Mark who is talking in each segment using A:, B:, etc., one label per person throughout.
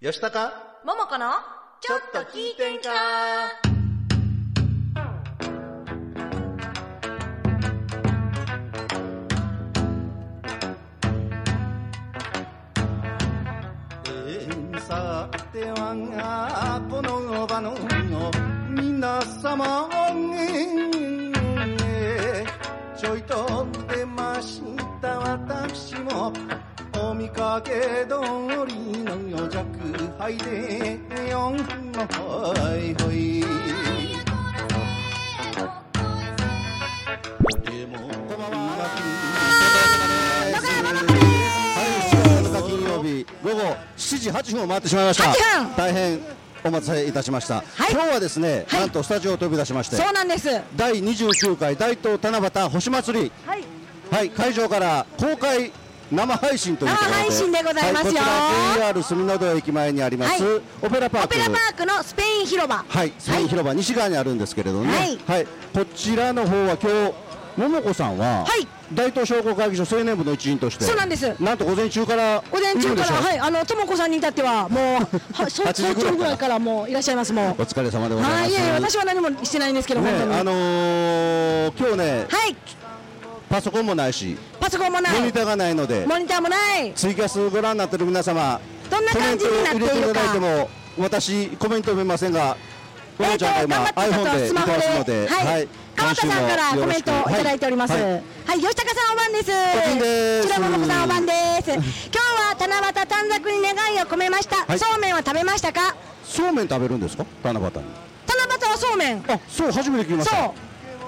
A: よしたか
B: ももこのちょっと聞いてんか
A: えー、さてはこの場の皆様えーちょいと出ました私もお見かけ通りの弱敗で四のほいほいでも
C: はい、4月金曜日午後7時8分を回ってしまいました
D: 8分
C: 大変お待たせいたしました、
D: い
C: 今日はですね、
D: はい
C: なんとスタジオを飛び出しまして
D: そうなんです。
C: 第29回大東七夕星祭り
D: はい。
C: はい会場から公開生配信というところで
D: 生配信でございますよ
C: はい、こちら JR 隅の堂駅前にあります、
D: はい
C: オペラパー
D: オ
C: ク
D: ペラパークのスペイン広場。
C: はい、スペイン広場西側にあるんですけれどもね、は
D: はいい、
C: こちらの方は今日桃子さんは、
D: はい
C: 大東商工会議所青年部の一員として、
D: そうなんです
C: なんと午前中から
D: 午前中から、はい、あの、ともこさんに至っては、もう、 はそ
C: 8
D: 早
C: 時
D: 朝ぐ
C: ぐらいから
D: らいからもういらっしゃいます、も
C: お
D: う。
C: 疲れ様でございます。
D: はい、いえいえ、私は何もしてないんですけど、
C: ね
D: 本当に。
C: あのー、今日ね、
D: はい、
C: パソコンもないし、
D: パソコンもな
C: モ
D: い
C: ニ。ターがないので、
D: モニターもない。
C: ツイキャスご覧になっている皆様、
D: どんな
C: コメ
D: 感
C: ン
D: じ
C: ト
D: に
C: を
D: なってい
C: 入れてい
D: る
C: ただいて
D: か。
C: も、私コメント読めませんが。
D: え
C: ごめ
D: ー
C: んち
D: と、
C: ゃんが
D: 頑張ってちょっ
C: 今 iPhone
D: と
C: で
D: スマホ
C: 歌わすの
D: で、
C: で、
D: はい、川田さんからコメントをいただいております。
C: は
D: はい、吉高さんおばんです。
C: ちんです
D: 白桃子さんおばんです。今日は七夕短冊に願いを込めました。
C: はい
D: そうめんは食べましたか。
C: そうめん食べるんですか七夕に
D: 七夕はそうめん。
C: あそう初めて聞きまし
D: そ
C: た
D: う。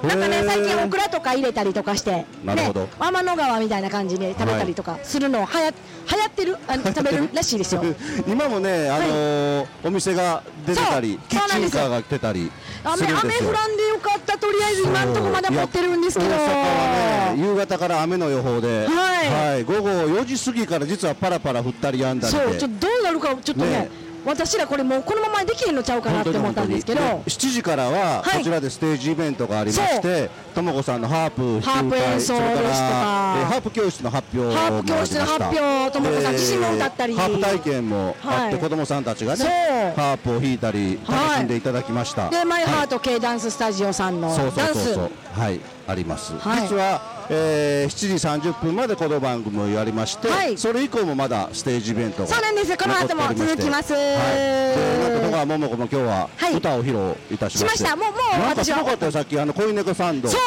D: なんか
C: へ
D: ね
C: ー
D: 最近オクラとか入れたりとかして、
C: なるほど
D: ね、天の川みたいな感じで食べたりとかするのをはや流行ってるあの食べるらしいです よ。
C: 今もね、あのーお店が出てたり
D: そう
C: キッチンカーが来てたりす
D: 雨
C: るんで
D: 雨
C: すよ
D: 降らんでよかったとりあえず今のところまだ持ってるんですけど。
C: いや大阪はね夕方から雨の予報で、
D: はい
C: 午後4時過ぎから実はパラパラ降ったりやんだりで
D: そうちょっとどうなるかちょっとね
C: ね
D: 私らこれもうこのままできへんのちゃうかなって思ったんですけど
C: 本当に本当に7時からは
D: はい
C: こちらでステージイベントがありましてともこさんのハープ
D: ハープ演奏
C: それから
D: ですとか
C: えーハープ教室の発表も
D: ハープ教室の発表
C: ありました
D: ともこさん自身も歌ったり
C: ハープ体験もあって、
D: はい
C: 子供さんたちがね
D: そう
C: ハープを弾いたり
D: はい
C: 楽しんでいただきました、
D: でマイハート系ダンススタジオさんの
C: そうそう
D: ダン
C: そう
D: ス
C: そうはいあります、
D: はい
C: 実は、えー7時30分までこの番組をやりまして、
D: はい
C: それ以降もまだステージイベントが
D: そうなんですこの後も
C: 残って
D: 続
C: おりまして
D: きます
C: はい、でなんと戸川桃子も今日は
D: はい
C: 歌を披露いたしまして
D: しましたもうもう
C: なんか
D: 私
C: す
D: は
C: ごかったよさっきあの恋猫サンド
D: そう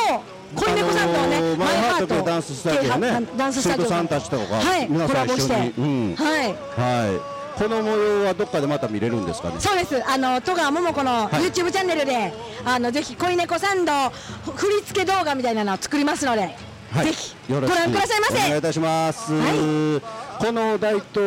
D: 小猫さんとね、
C: あのーマイハート系ダンススタジオね
D: マイハート系ダンススタジオ
C: 生徒さんたちとかが
D: はい、
C: 皆
D: コ
C: さ
D: ラ
C: ん
D: ボ
C: 一緒に
D: して、
C: うん
D: はい
C: はいこの模様はどっかでまた見れるんですかね
D: そうですあの戸川桃子の YouTube チャンネルで、あのぜひ恋猫サンド振り付け動画みたいなのを作りますので、
C: はい、
D: ぜひご
C: よろしく
D: 覧くださいま
C: お願いい
D: せ
C: たします、この大東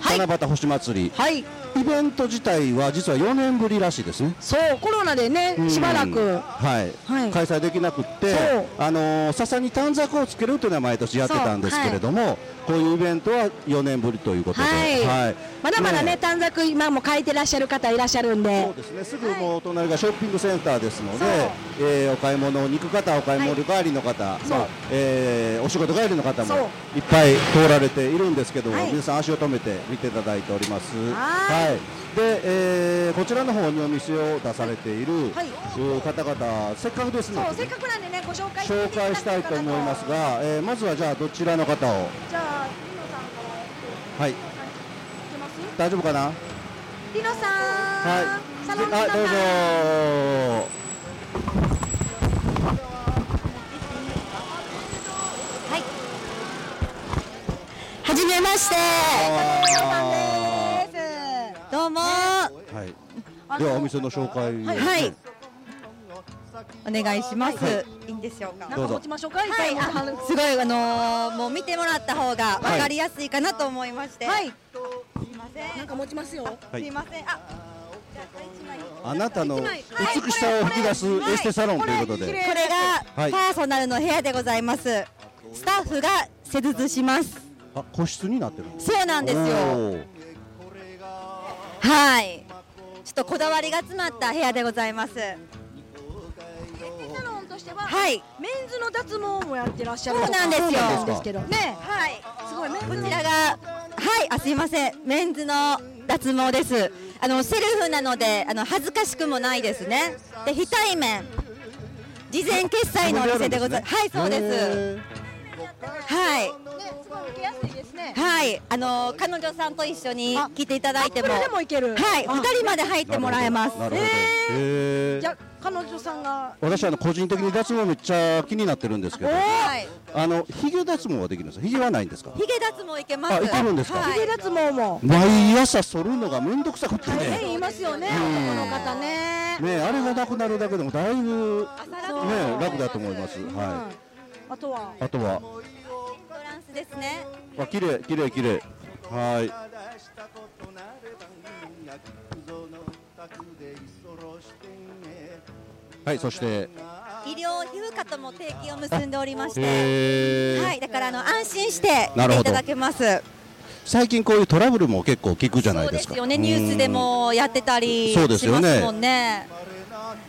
D: はい
C: 七夕星祭り、
D: はい
C: イベント自体は実は4年ぶりらしいですね
D: そうコロナでねしばら
C: うん
D: く
C: はい、
D: はい
C: 開催できなくって
D: そう、
C: あのー笹に短冊をつけるというのは毎年やってたんですけれども、こういうイベントは4年ぶりということで、
D: はい、
C: はい
D: まだまだね
C: え
D: 短冊今も書いてらっしゃる方いらっしゃるんで
C: そうですね、すぐもう隣がショッピングセンターですので
D: そう、
C: えーお買い物に行く方、お買い物帰りの方、
D: そう
C: まあえーお仕事帰りの方も
D: そう
C: いっぱい通られているんですけど、
D: はい
C: 皆さん足を止めて見ていただいております。
D: はい
C: いで、えーこちらの方にお店を出されている、
D: はい
C: いう方々、せっかくです
D: そう
C: の
D: せ
C: で
D: っかくなんでねご紹介
C: 紹介したいと思いますが、えーまずはじゃあどちらの方を、
D: じゃあリノさんからい
C: はい、
D: けます
C: 大丈夫かな。
D: リノさん
C: はい、
D: サロンの
C: はい、
D: 方
C: どうぞ
E: はじめまして。
C: は
D: です
E: どうも。
C: い。ではお店の紹介を
D: はい
E: はい。お願いします。、
C: はい
E: いんでしょうか。
C: どうぞ
D: 持ちましょうかはい
E: はい、あすごい、あのーもう見てもらった方がわかりやすいかなと思いまして。
D: はい
E: すいませ
D: なん
E: ん。
D: か持ちますよ
C: はい
E: すいません。あ、じゃあ一枚。
C: あなたの
D: 一枚はい
C: 美しさを引き出す
D: これ
C: エステサロンということ
D: これ綺
C: で
D: 麗
E: これがパ
C: はい
E: ーソナルの部屋でございます。スタッフが施術します。
C: あ個室になってるんで
E: そうなんですよ。はい。ちょっとこだわりが詰まった部屋でございます。
D: サロンとしては
E: はい。
D: メンズの脱毛もやってらっしゃる
E: そうなんですよ
D: そうなんですけどね
E: はい。
D: すごいメンズ
E: こ
D: の
E: ちらが、はい、あ、すいません、メンズの脱毛ですあのセルフなのであの恥ずかしくもないですねで非対面事前決済のお店でございますはいそうです
C: す。
E: はい
B: すごい受けやすいですね
E: はいあの彼女さんと一緒に来ていただいても
D: あこれでもいける
E: はい
D: あ
E: 二人まで入ってもらえます
C: なる
D: え
C: ほど。へー
D: じゃあ彼女さんが
C: 私あの個人的に脱毛めっちゃ気になってるんですけど、
E: はい
C: あのヒゲ脱毛はできるんですか？ヒゲはないんですか？
E: ヒゲ脱毛いけます
C: あいけるんですか
E: はい
D: ヒゲ脱毛も
C: 毎朝剃るのがめんどくさくって
D: 大
C: ね
D: 変。言いますよね男の方ね
C: ねあれがなくなるだけでもだいぶ
E: そう
C: ね楽だと思います。は。
D: あとはい
C: あとは
E: エントランスですね
C: あ綺麗綺麗綺麗。はい。はいそして
E: 医療皮膚科とも提携を結んでおりまして
C: へー
E: はいだからあの安心して
C: なるほ
E: 来て
C: ど
E: いただけます
C: 最近こういうトラブルも結構聞くじゃな
E: そ
C: いうで
E: です
C: か。
E: すよねニュースでもやってたりし
C: そう
E: ま
C: ですよね
E: すもんね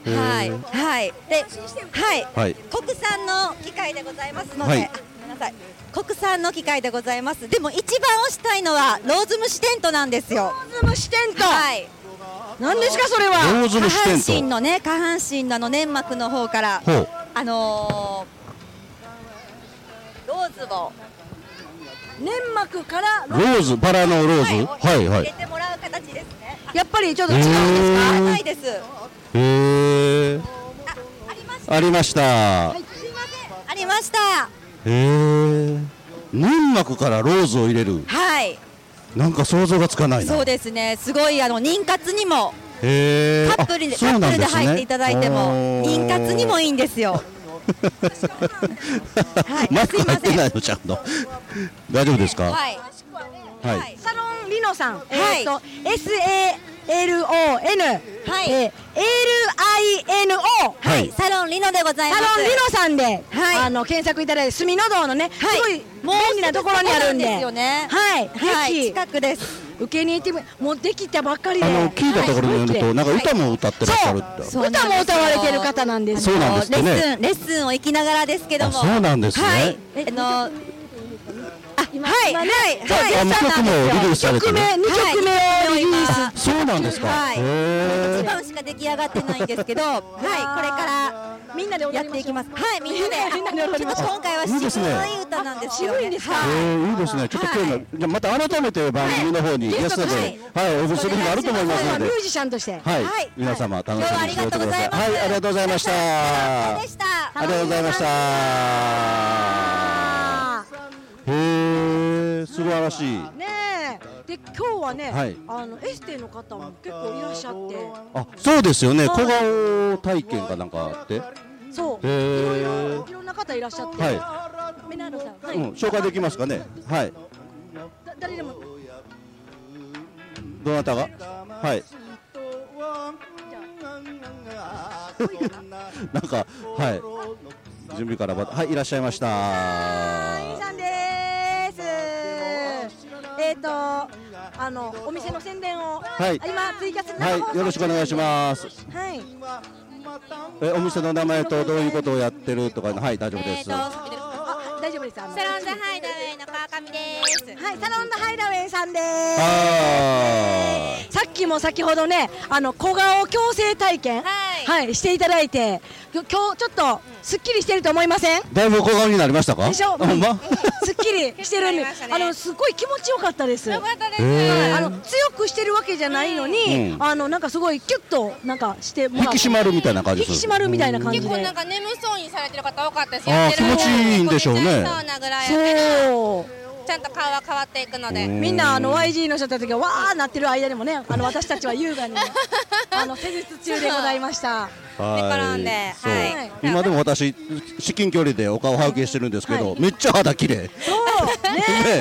C: うん。
E: はい
C: へー
E: はいではい、
C: はい
E: 国産の機械でございますので、
C: はい
E: あごめんなさい国産の機械でございますでも一番推したいのはローズムシテントなんですよ
D: ズム視点と
E: はい
D: 何ですかそれは
C: ローズ
E: 下
C: ム
E: 半
C: 視
E: 身
C: 点と。
E: のね下半身のあの粘膜の方から
C: ほう。
E: あのーローズを
D: 粘膜から
C: ローズバラのローズ。はいは
E: 入れ
C: い。
E: てもらう形ですね
D: やっぱりちょっと違うんですか
E: あ
C: へー
E: 硬いです
C: へー
E: あありました
C: ありました。
E: すいませんありました
C: へえ。粘膜からローズを入れる。
E: はい
C: なんか想像がつかないな。
E: そう
C: へ
E: ですねすごいあの妊活にも
C: え。
E: カップルで
C: あ
E: カ
C: そう
E: ッ
C: な
E: プ
C: ん
E: ルです
C: ね
E: 入っていただいても
C: おー
E: 妊活にもいいんですよはい
C: マイク
E: すい
C: 入
E: ません
C: ってないのちゃんと。大丈夫ですか。
E: はい
C: はい
E: はい
D: サロンリノさん、
E: はい
D: えーと SALON、
E: はい
D: えー LINO、
C: は
E: はいいサロンリノでございま
D: サ
E: す
D: ロンリノさんで、
E: はい
D: あの検索いただいて隅の道のね、
E: はい
D: すごい便利なところにあるんで
E: もうすぐそこなんですよね
D: はい、
E: はい
D: ぜひ
E: 近くです
D: 受けに行ってみもうできたばっかりで
C: あの聞いたところによる
D: は
C: と、
D: い
C: なんか歌も歌ってらっしゃるって。
E: そう
D: 歌も歌われてる方なんです
C: そうなんですってね
E: レッスンレッスンを行きながらですけど
C: あ、
E: も
C: そうなんですね。
E: はい
D: え
E: あのあはいはい
C: あ
E: はい
C: あ、もう曲もリリースされて
D: 曲
C: る。
D: 名二曲目をリリース、
E: はい
C: そうなんですか。
E: はい
C: へ
E: 一
C: え。
E: 番しか出来上がってないんですけど、はい、これから
D: みんなで踊
E: やっ
D: りま
E: てい
D: しょ
E: き
D: う
E: ます。はい、みんなで、
D: みんなで踊り
E: ちょ
D: ま
E: っ
D: し
E: と
D: ょう
E: 今回は渋い歌なんですよ、
D: いいですねあ
E: は
C: えーいいですね、ちょっと今日の、じゃあまた改めて番組の方に
D: はい
C: ゲストで、
E: ゲ
C: はい、お呼びする日があると思いま
D: 今
C: す
D: 日は
C: の
D: ミュ
C: で、
D: ージシャンとして、
C: はい、
E: はい
C: 皆様楽
E: 今日は
C: しみに
E: あり
C: しておい
E: が
C: て
E: と
C: ください。は
E: うございます。
C: い、ありがとうございました。
E: 楽しかったでした。
C: ありがとうございました。へえ、素晴らしい。
D: ねえで今日はね、
C: はい
D: あのエステの方も結構いらっしゃって
C: あ、そうですよね、
D: は
C: 小
D: い
C: 顔体験かなんかあって、
D: そういろい
C: へ
D: ろいろんな方いらっしゃって、
C: はい
D: メナードさん、はい
C: え、うん、紹介できますかね。はい、
D: だ誰でも
C: どなたが、 はい、なんか、はい、準備からまた、はい、いらっしゃいました。
D: ミさんですえっ、とあのお店の宣伝を、
C: はい
D: 今ツイキャス
C: はい、よろしくお願いします。
D: すはい
C: え、お店の名前とどういうことをやってるとか、はい、大丈夫です。
E: え
C: は
E: ーと
D: あ大丈夫ですサロン
E: サロンザハイダウェイの川上です。
D: はいサロンのハイラウェイさんで
C: ー
D: すさっきも先ほどねあの小顔矯正体験
E: はい
D: していただいてきょ今日ちょっとすっきりしてると思いません
C: だいぶ小顔になりましたか。
D: でしょ
C: あほんま。
D: すっきりしてるんで
E: なりましたね
D: あのすごい気持ちよかったです
E: です。
C: え
D: あ
C: ー
D: の強くしてるわけじゃないのに、
C: うん
D: あのなんかすごいキュッとなんかしても
C: 引
D: らう
C: き締まるみたいな感じ
D: 引
C: です
D: き
C: る。
D: 締まるみたいな感じで
F: 結構なんか眠そうにされてる方多かったです
C: あー
F: やってる
C: 気持ちいいんでしょうね
F: これちゃんとサウナぐらい
D: そう
F: ちゃんと顔は変わっていくので、
D: みんなあの YG の人たちがわーなってる間でもねあの私たちは優雅にあの施術中でございました。
C: は
F: 寝転んで
C: い。そう
F: はい
C: 今でも私、至近距離でお顔拝見してるんですけど、
D: は
C: めっちゃ肌綺麗。
D: そうね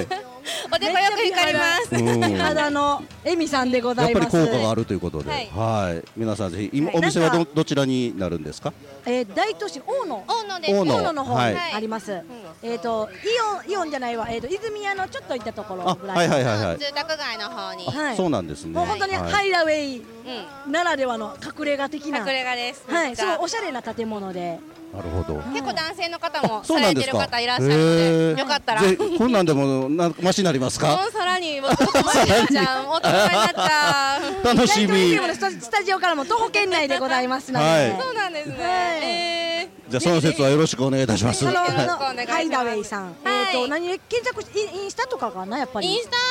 C: ね。
F: おでこよく光ります
C: うん
D: 美肌のエミさんでご
C: や
D: ざ
C: っ
D: い
C: ぱり
D: ます
C: 効果があるということで、
F: は
C: はいい、皆さんぜひ、今お店は
D: な
C: ど
D: ん
C: どちらになるんですか。
D: えー大都市大野
F: 大野です
C: 大野
D: 大野の方
C: はい
D: にあります、えっ、とイオンイオンじゃないわえっ、と泉谷のちょっと行ったところ
C: あ、
D: ぐらい
C: はいはいはいはい。
F: 住宅街の方に、
D: はい
C: そうなんですね。
D: もう本当に
C: はい
D: ハイラウェイ
F: う
D: ならではの隠れ家的
F: ん、
D: な
F: 隠れ家です
D: はい、
F: そ
D: すごいお
F: う
D: しゃれな建物で、
C: なるほど。
F: 結構男性の方も
C: あそ
F: さ
C: うな
F: れ
C: んで
F: て
C: す
F: る
C: か
F: 方いらっしゃるの
C: へー
F: でよかったら
C: ぜこんなんでもなマシになりますか
F: もうさらにもう僕もしなちゃん大人になっちゃう
C: 楽しみ
D: ライト FM のスタスタジオからも徒歩圏内でございますので、
C: はい
F: そうなんですね、
D: はい
F: え
C: じゃあその説はよろしくお願いいたします
D: その
F: よ
D: あ
F: ろしくお願いし
D: の
F: ます
D: ハイダウェイさん、
F: はい
D: えっと何検索しインインスタとかかなやっぱ
F: ー、
D: り
F: インスタ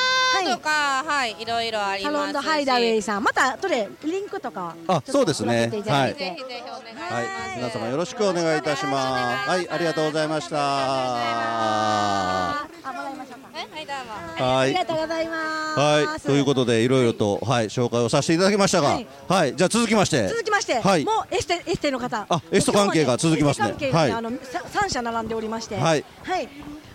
F: とかはい、い、ろいろあり
D: サ
F: ますし
D: ロンドハイダウェイさんまた後でリンクとか
C: あそうですね
D: ちょっと載せていただ
F: ぜ
D: いて
F: ひぜひお願いします、
C: はい、皆様よろしくお願いいたします。はい、ありがとうございました。は
D: あもらいましょうか
F: えはいどうもありがとうございます
D: あり
C: い
D: が。とうございます
C: はい、ということでいろいろとはい紹介をさせていただきましたが
D: はい、
C: はい、じゃあ続きまして、
D: 続きまして、
C: はい
D: もうエステエステの方
C: あエステ関係が続きますね
D: エステ関係が
C: はい
D: あのさ三社並んでおりまして
C: はい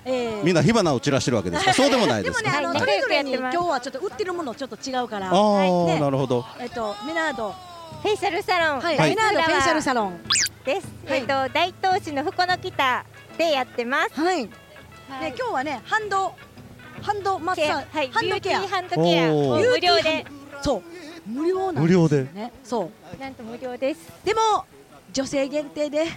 D: えー
C: みんな火花を散らしてるわけですか。そうでもないです
D: でも
C: か。
D: ねあの
B: はい
D: それぞれに
B: 仲
D: 今
B: 良くやってます
D: 日はちょっと売ってるものちょっと違うから
C: あ
D: はい
C: あ、
D: ね
C: なるほど。
D: えっとメナード
B: フェイシャルサロン、
D: はい、
C: はい
D: メナードフェイシャルサロン
B: です、
D: はい
B: えっと大東市の福の北でやってます
D: はい、
B: はい
D: で今日はねハンドハンドマッ
B: ケ
D: サ
B: ア
D: ージ、
B: はい
D: ハン
B: ビュ
D: ド
B: ーテ
D: ケ
B: ィ
D: ア
B: ーハンドケア
C: お
B: を
C: ー
B: 無
D: ビ
B: 料
D: ュー
B: で
D: ティーハンドそう無料なん
C: 無料で
D: ですねそう
B: なんと無料です
D: でも女性限定で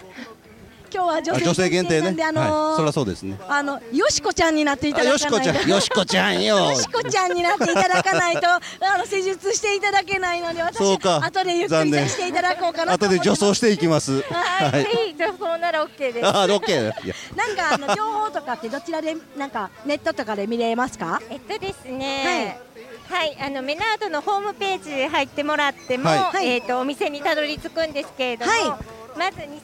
D: 今日は
C: あ女
D: 女
C: 性
D: 性
C: 限
D: 限
C: 定
D: 定
C: ね。
D: なんで、あ
C: はい
D: のー、
C: そりゃそうですね。
D: あのよしこちゃんになっていた
C: あ、
D: だかな
C: よ
D: い
C: し
D: と
C: こちゃん、よしこちゃんよ
D: よ。しこちゃんになっていただかないとあの施術していただけないので私
C: そうか
D: 後でゆっく
C: 残
D: り
C: 念
D: させていただこうかなと
C: 後
D: 思っ
C: で
D: て
C: 女
D: ます
C: 装していきます。
B: は、
C: はいい
B: ぜ。ひ女装なら OK です
C: あー、オッケー。いや
D: なんかあの情報とかってどちらでなんかネットとかで見れますか
B: えっとですね、はい、あのメナードのホームページ入ってもらっても、
C: はい
B: えっとお店にたどり着くんですけれども、
D: は
B: まず2200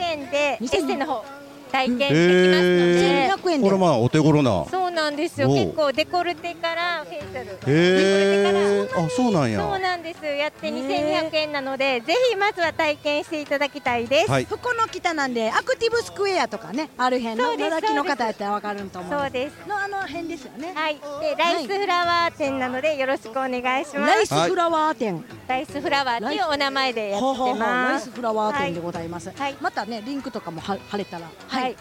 B: 円でエ
D: 2200
B: ステの方体験できますの
C: へ
B: で、
D: 1200円
C: こ
D: で
C: れまあお手頃な。
B: そうなんですよ。
C: おう
B: 結構デコルテからフェイシャル、
C: へ
B: デコル
C: え
B: テ。から
C: あ、そうなんや。
B: そうなんです。やって2200円なので、ぜひまずは体験していただきたいです。
C: はい。
D: 福の北なんでアクティブスクエアとかねある辺
B: そ
D: の
B: うです
D: 野田の方やったらわかると思
B: そう
D: う
B: です。
D: のあの辺ですよね
B: はい、でライスフラワー店なのでよろしくお願いします
D: ライ。スフラワー店
B: ライスフラワーっていうお名前でやっ
D: ほうほうほ
B: て
D: うライ
B: ま
D: ス
B: す。
D: フラワー店でございます
B: はい
D: またねリンクとかも貼貼れたら
B: はい。はい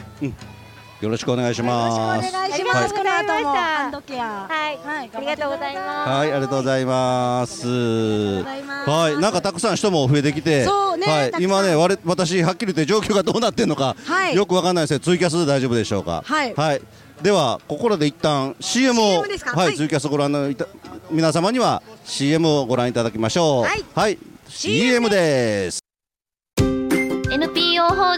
C: よろしくお願いし
D: よろしくお
C: ます。
D: 願いし
B: は
D: ま
B: い
D: すこの後もハンドケア
B: はい、
D: はい
B: ありがとうございます。
C: はい、ありがとうございます。
D: りがとうございます
C: はい、なんかたくさん人も増えてきて、
D: そうね
C: は
D: たくさ
C: い、
D: ん
C: 今ね、われ私はっきり言って状況がどうなってんのか、
D: はい
C: よくわかんないですけど、ツイキャスで大丈夫でしょうか。
D: はい
C: ではここらで一旦 CM を
D: CM ですか
C: は、
D: はいい
C: ツイキャスご覧のいた皆様には CM をご覧いただきましょう。
D: はい、
C: CM です。
G: NPO 法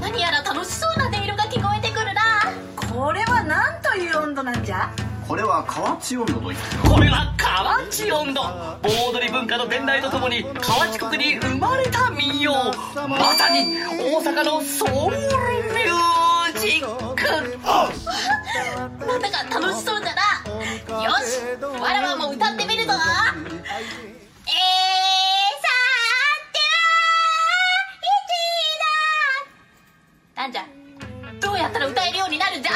H: 何やら楽しそうな音色が聞こえてくるな
D: これはなんという温度なんじゃ
I: これは河内温度といって
H: これは河内音頭盆踊り文化の伝来とともに河内国に生まれた民謡まさに大阪のソウルミュージックなんだか楽しそうだなよしわらわも歌ってみるぞえー、さては、いちだなんじゃどうやったら歌えるようになるんじゃ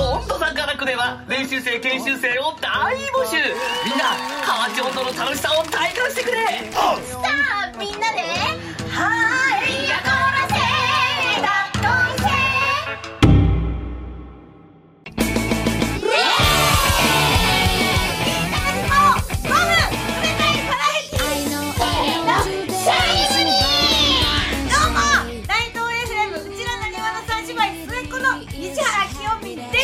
J: 音頭さんからくでは練習生研修生を大募集みんな河内音頭の楽しさを体感してくれ
H: さあみんなで「はいやこらせだっこいせ」イエーイみんなでもう5分冷たいバラエティーの最初にどうも大東 FM うちらの庭の三姉妹末っ子の西原清美です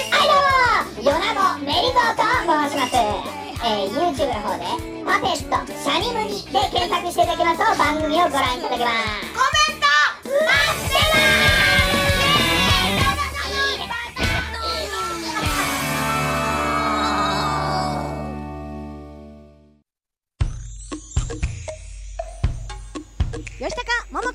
K: ヨナのメリゾーと申します、えー、YouTube の方で「パペットシャニムニ」で検索していただけますと番組をご覧いただけます
H: コメント待って
D: 吉高桃子のちょっ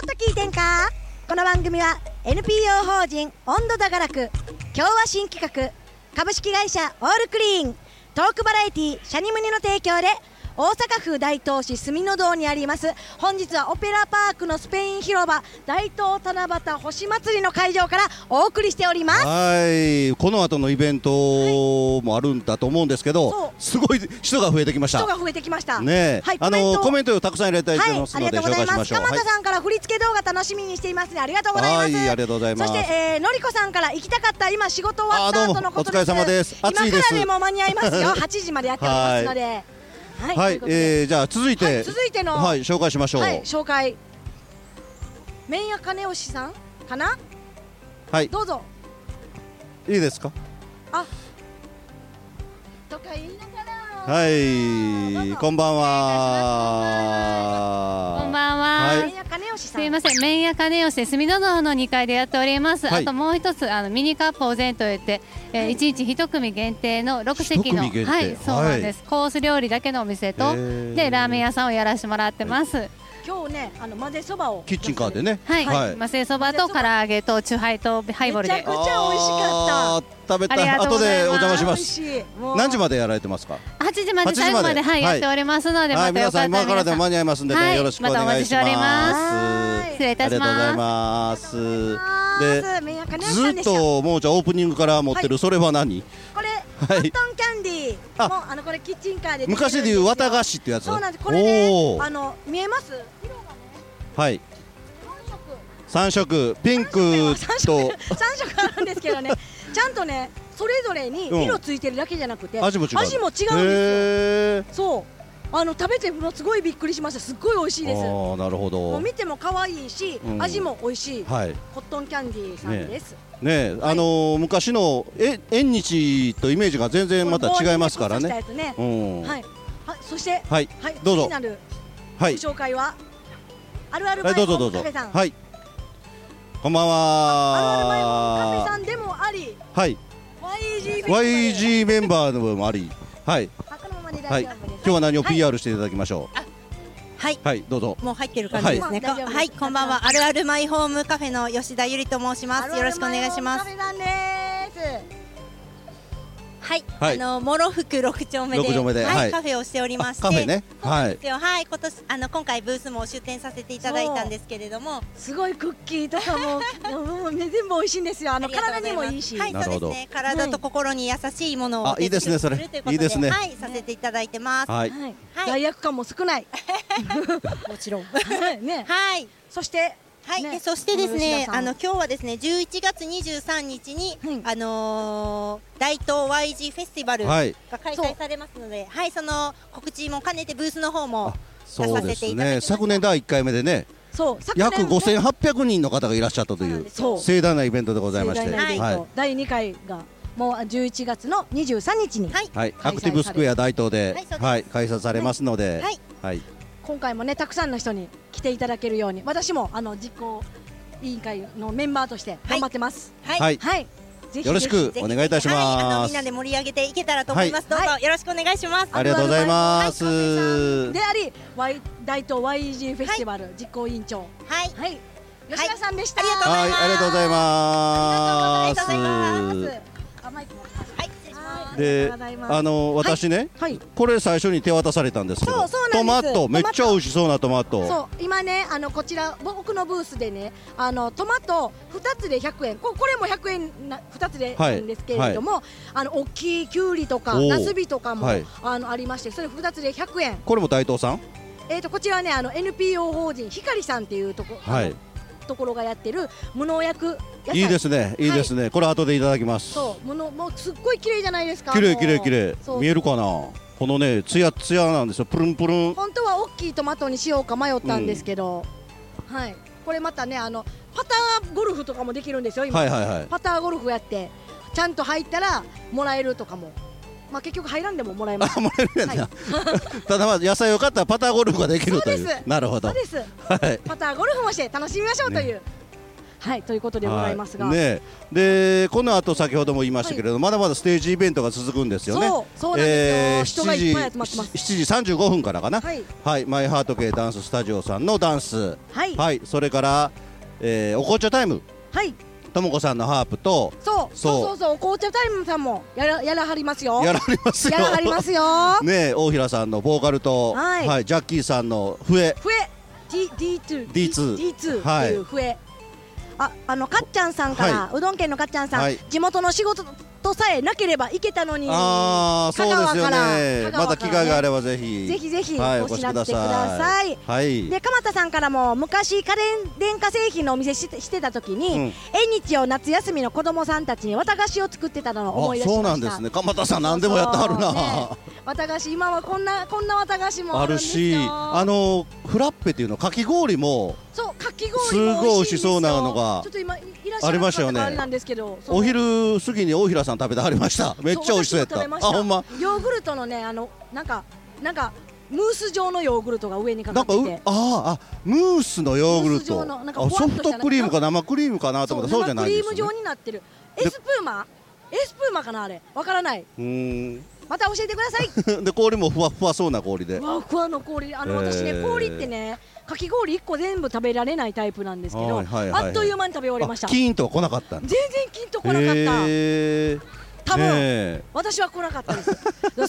D: と聞いてんかこの番組は NPO 法人温度だがらく今日は新企画株式会社オールクリーントークバラエティシャニムニの提供で大阪府大東市住の堂にあります本日はオペラパークのスペイン広場大東七夕星祭りの会場からお送りしております
A: はいこの後のイベントもあるんだと思うんですけど、はい、すごい人が増えてきました
D: 人が増えてきました
A: ね
D: はい、
A: あのコメントをたくさん入れていただいてますので、はい、紹介しましょう、
D: 鎌田さんから振り付け動画楽しみにしていますねありがとうございます、はい
A: ありがとうございます
D: そして、えー、のりこさんから行きたかった今仕事終わった後のこと
A: ですお疲れ様です
D: 今からでも間に合います よ8時までやっておりますので
A: はい、はい、えー、じゃあ続いて、はい、
D: 続いての、、
A: はい、紹介しましょう、はい
D: 紹介麺屋金吉さんかな
A: はい
D: どうぞ
A: いいですか
D: あとか言いながら
A: はいこんばんは
B: こんばんは、
A: はい
B: すみません、麺屋金吉住の堂の2階でやっております。はい、あともう一つあのミニカップお膳といって、えー、1日1組限定の6席のはいそうなんです、はい、コース料理だけのお店とでラーメン屋さんをやらせてもらってます。
D: 今日ね、あの混ぜそばを
A: キッチンカーでね、
B: はい、はい、混ぜそばと唐揚げとチューハイとハイボールでめ
D: ちゃくちゃ美味しかった
A: 食べたい後でお邪魔します何時までやられてますか
B: 8時まで最後まではい、やっておりますので、
A: はい、皆さん今からでも間に合いますんで、ねはい、よろしくお願いします
B: 失礼いたします
A: でずっともうじゃオープニングから持ってる、それは何
D: これコットンキャンディーもあのこれキッチンカーで
A: 昔でいう綿菓子ってやつ
D: そうなんですこれねあの見えます
A: はい三色ピンクと
D: 三色あるんですけどねちゃんとねそれぞれに色ついてるだけじゃなくて、うん、
A: 味も違う
D: 味も違うんですよそうあの食べてものすごいびっくりしましたすっごい美味しいです
A: あなるほど
D: 見ても可愛いし、うん、味も美味しい、はい、コットンキャンディーさんです、
A: ね、ね、あのーはい、昔のえ縁日とイメージが全然また違いますからね。
D: ねうん、はい。はそして、
A: はい、
D: はい、
A: どうぞ。
D: はい。紹介は、あるある
A: はい、どうぞどうぞ。はい。こんばん
D: は。あるあるカフェさんでもあり。
A: はい。YG メンバーの分もあり。はい。はい。今日は何を PR していただきましょう。
E: はい、
A: はい、どうぞ。
E: もう入ってる感じですね。はい、はい、こんばんは。あるあるマイホームカフェの吉田ゆりと申します。よろしくお願いします。はい、はい、あのモロ福六丁目ではいカフェをしておりまして、
A: カフェね、
E: はい、はい、今年あの今回ブースも出店させていただいたんですけれども、
D: すごいクッキーとかももう全部美味しいんですよ。あの体にもいいし、
E: はい、そうですね。体と心に優しいものを
A: いいですねそれ、いいですね。
E: はい、させていただいてます。
A: はい、
D: 罪悪感も少ない。もちろん。 ね、
E: はい、
D: そして
E: はい、ね、そしてですね、あの今日はですね、11月23日に、はい、あのー、大東 YG フェスティバルが開催されますので、はい、はい、その告知も兼ねてブースの方も
A: そうですね。昨年第1回目でね。
D: そう
A: 約5800人の方がいらっしゃったという盛大なイベントでございまして、
D: はい、第2回がもう11月の23日に、
A: はいアクティブスクエア大東で,、はい開催されますので、
D: はい今回もねたくさんの人に来ていただけるように私もあの実行委員会のメンバーとして頑張ってます
E: はい、、
D: はい
A: よろしくお願いいたします
E: みんなで盛り上げていけたらと思います、どうぞよろしくお願いします
A: ありがとうございます、
D: であり、y、大東 YG フェスティバル実行委員長
E: はい、
D: はい、吉田さんでした、
A: はい、ありがとうございます
E: ありがとうございます
A: で、あの私ね、これ最初に手渡されたんですけど、トマトめっちゃ美味しそうなトマト。
D: そう、今ね、あのこちら僕のブースでね、あのトマト二つで100円、これも100円な二つでなんですけれども、あの大きいきゅうりとかなすびとかも、あのありまして、それ二つで100円。
A: これも大東さん？
D: えっ、とこちらね、あの NPO 法人ひかりさんっていうとこ。はい。ところがやってる無農薬
A: いいですねいいですね、はい、これ後でいただきます
D: そうものもうすっごい綺麗じゃないですか
A: 綺麗綺麗綺麗見えるかなこのねツヤツヤなんですよプルンプルン
D: 本当は大きいトマトにしようか迷ったんですけど、うん、はいこれまたねあのパターゴルフとかもできるんですよ今、パターゴルフやってちゃんと入ったらもらえるとかもまあ結局入らんでももらえます。
A: もらえるんだ。 ただまあ野菜を買ったらパターゴルフができるという。なるほど。
D: そうです。はい。パターゴルフもして楽しみましょうという。はいということでございますが。
A: ね。でこの後先ほども言いましたけれどまだまだステージイベントが続くんですよね。
D: そうそうなんですよ。人がいっぱい集まってます。
A: 七時三十五分からかな。はい。マイハート系ダンススタジオさんのダンス。
D: はい。
A: はい。それからお紅茶タイム。
D: はい。
A: ともこさんのハープと
D: そうそうそうそう紅茶タイムさんもやらやらはりますよ
A: やらはりますよ
D: やらはります よ
A: ね大平さんのボーカルと、はい、はい、ジャッキーさんの笛
D: 笛 D2 D2 D2 っていう笛、はい、ああのかっちゃんさんから、はい、うどん県のかっちゃんさん、地元の仕事とさえなければいけたのに
A: あ
D: 香川
A: から、ね、また機会があればぜひ
D: ぜひぜひ、はい、お知らせください
A: はい
D: で鎌田さんからも昔家電電化製品のお店ししてた時に、うん、縁日を夏休みの子供さんたちに綿菓子を作ってたのを思い出しま
A: そうなんですね鎌田さん何でもやってはるな、ね、
D: 綿菓子今はこんなこんな綿菓子も
A: あるしあのフラッペっていうのかき氷も
D: そうかき氷
A: すごい美味しそうなのが
D: ちょっと今いらっし
A: ゃる方が
D: あれなんですけど、
A: お昼過ぎに大平さん食べてはりましためっちゃ美味しそうやったあ
D: ほんまヨーグルトのねあのなんかなんかムース状のヨーグルトが上にかかってて
A: ああムースのヨーグルトソフトクリームか生クリームかなと思ったそうじゃない
D: クリーム状になってるエスプーマエスプーマかなあれわからない
A: うん
D: また教えて くだ
A: さいで氷もふわふわそうな氷で
D: わふわの氷あの、私ね氷ってねかき氷1個全部食べられないタイプなんですけど、あっという間に食べ終わりました
A: キーンとは来なかった
D: 全然キーンと来なかった、えー多分、私は来なかったです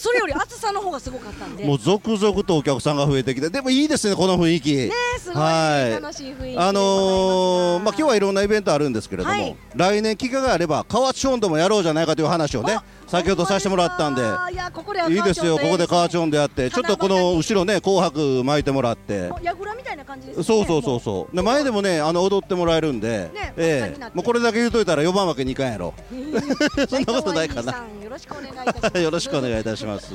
D: それより暑さの方がすごかったんで
A: もう続々とお客さんが増えてきてでもいいですねこの雰囲気
D: ねすごい、はい、楽しい雰囲気
A: あのー、まあ今日はいろんなイベントあるんですけれども、はい、来年機会があれば河内温度もやろうじゃないかという話をね先ほどさせてもらったんで
D: いやここで
A: いいですよここで河内温度やってちょっとこの後ろね紅白巻いてもらって
D: やぐらみたいな感じですね
A: そうそうそうそうで前でもねあの踊ってもらえるんで、
D: ね
A: ええもうこれだけ言うといたら4番わけにいかんや ろそんなことない
D: かな。よろしくお願いいたします。
A: よろしくお願いいたします。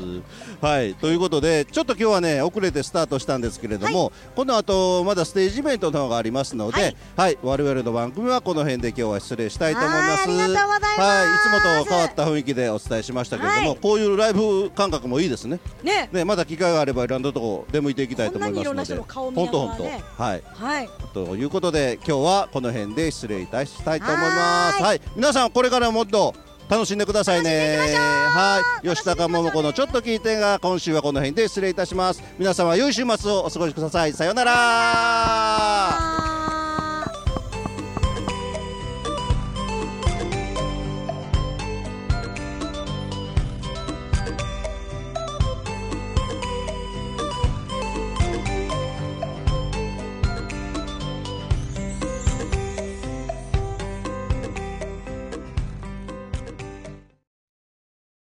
A: はい、ということで、ちょっと今日はね、遅れてスタートしたんですけれども。はい、この後、まだステージイベントの方がありますので、はい、はい、我々の番組はこの辺で今日は失礼したいと思います。あ
D: りがとうございます。
A: はい、いつもと変わった雰囲気でお伝えしましたけれども、はい、こういうライブ感覚もいいですね。
D: ね、
A: ね、まだ機会があれば、いろんなとこ出向いていきたいと思いますので。
D: 本
A: 当本当、はい、はい。ということで、今日はこの辺で失礼いたしたいと思います。はい、皆さん、これからもっと。楽しんでくださいねはい吉高桃子のちょっと聞いてが今週はこの辺で失礼いたします皆様良い週末をお過ごしくださいさようなら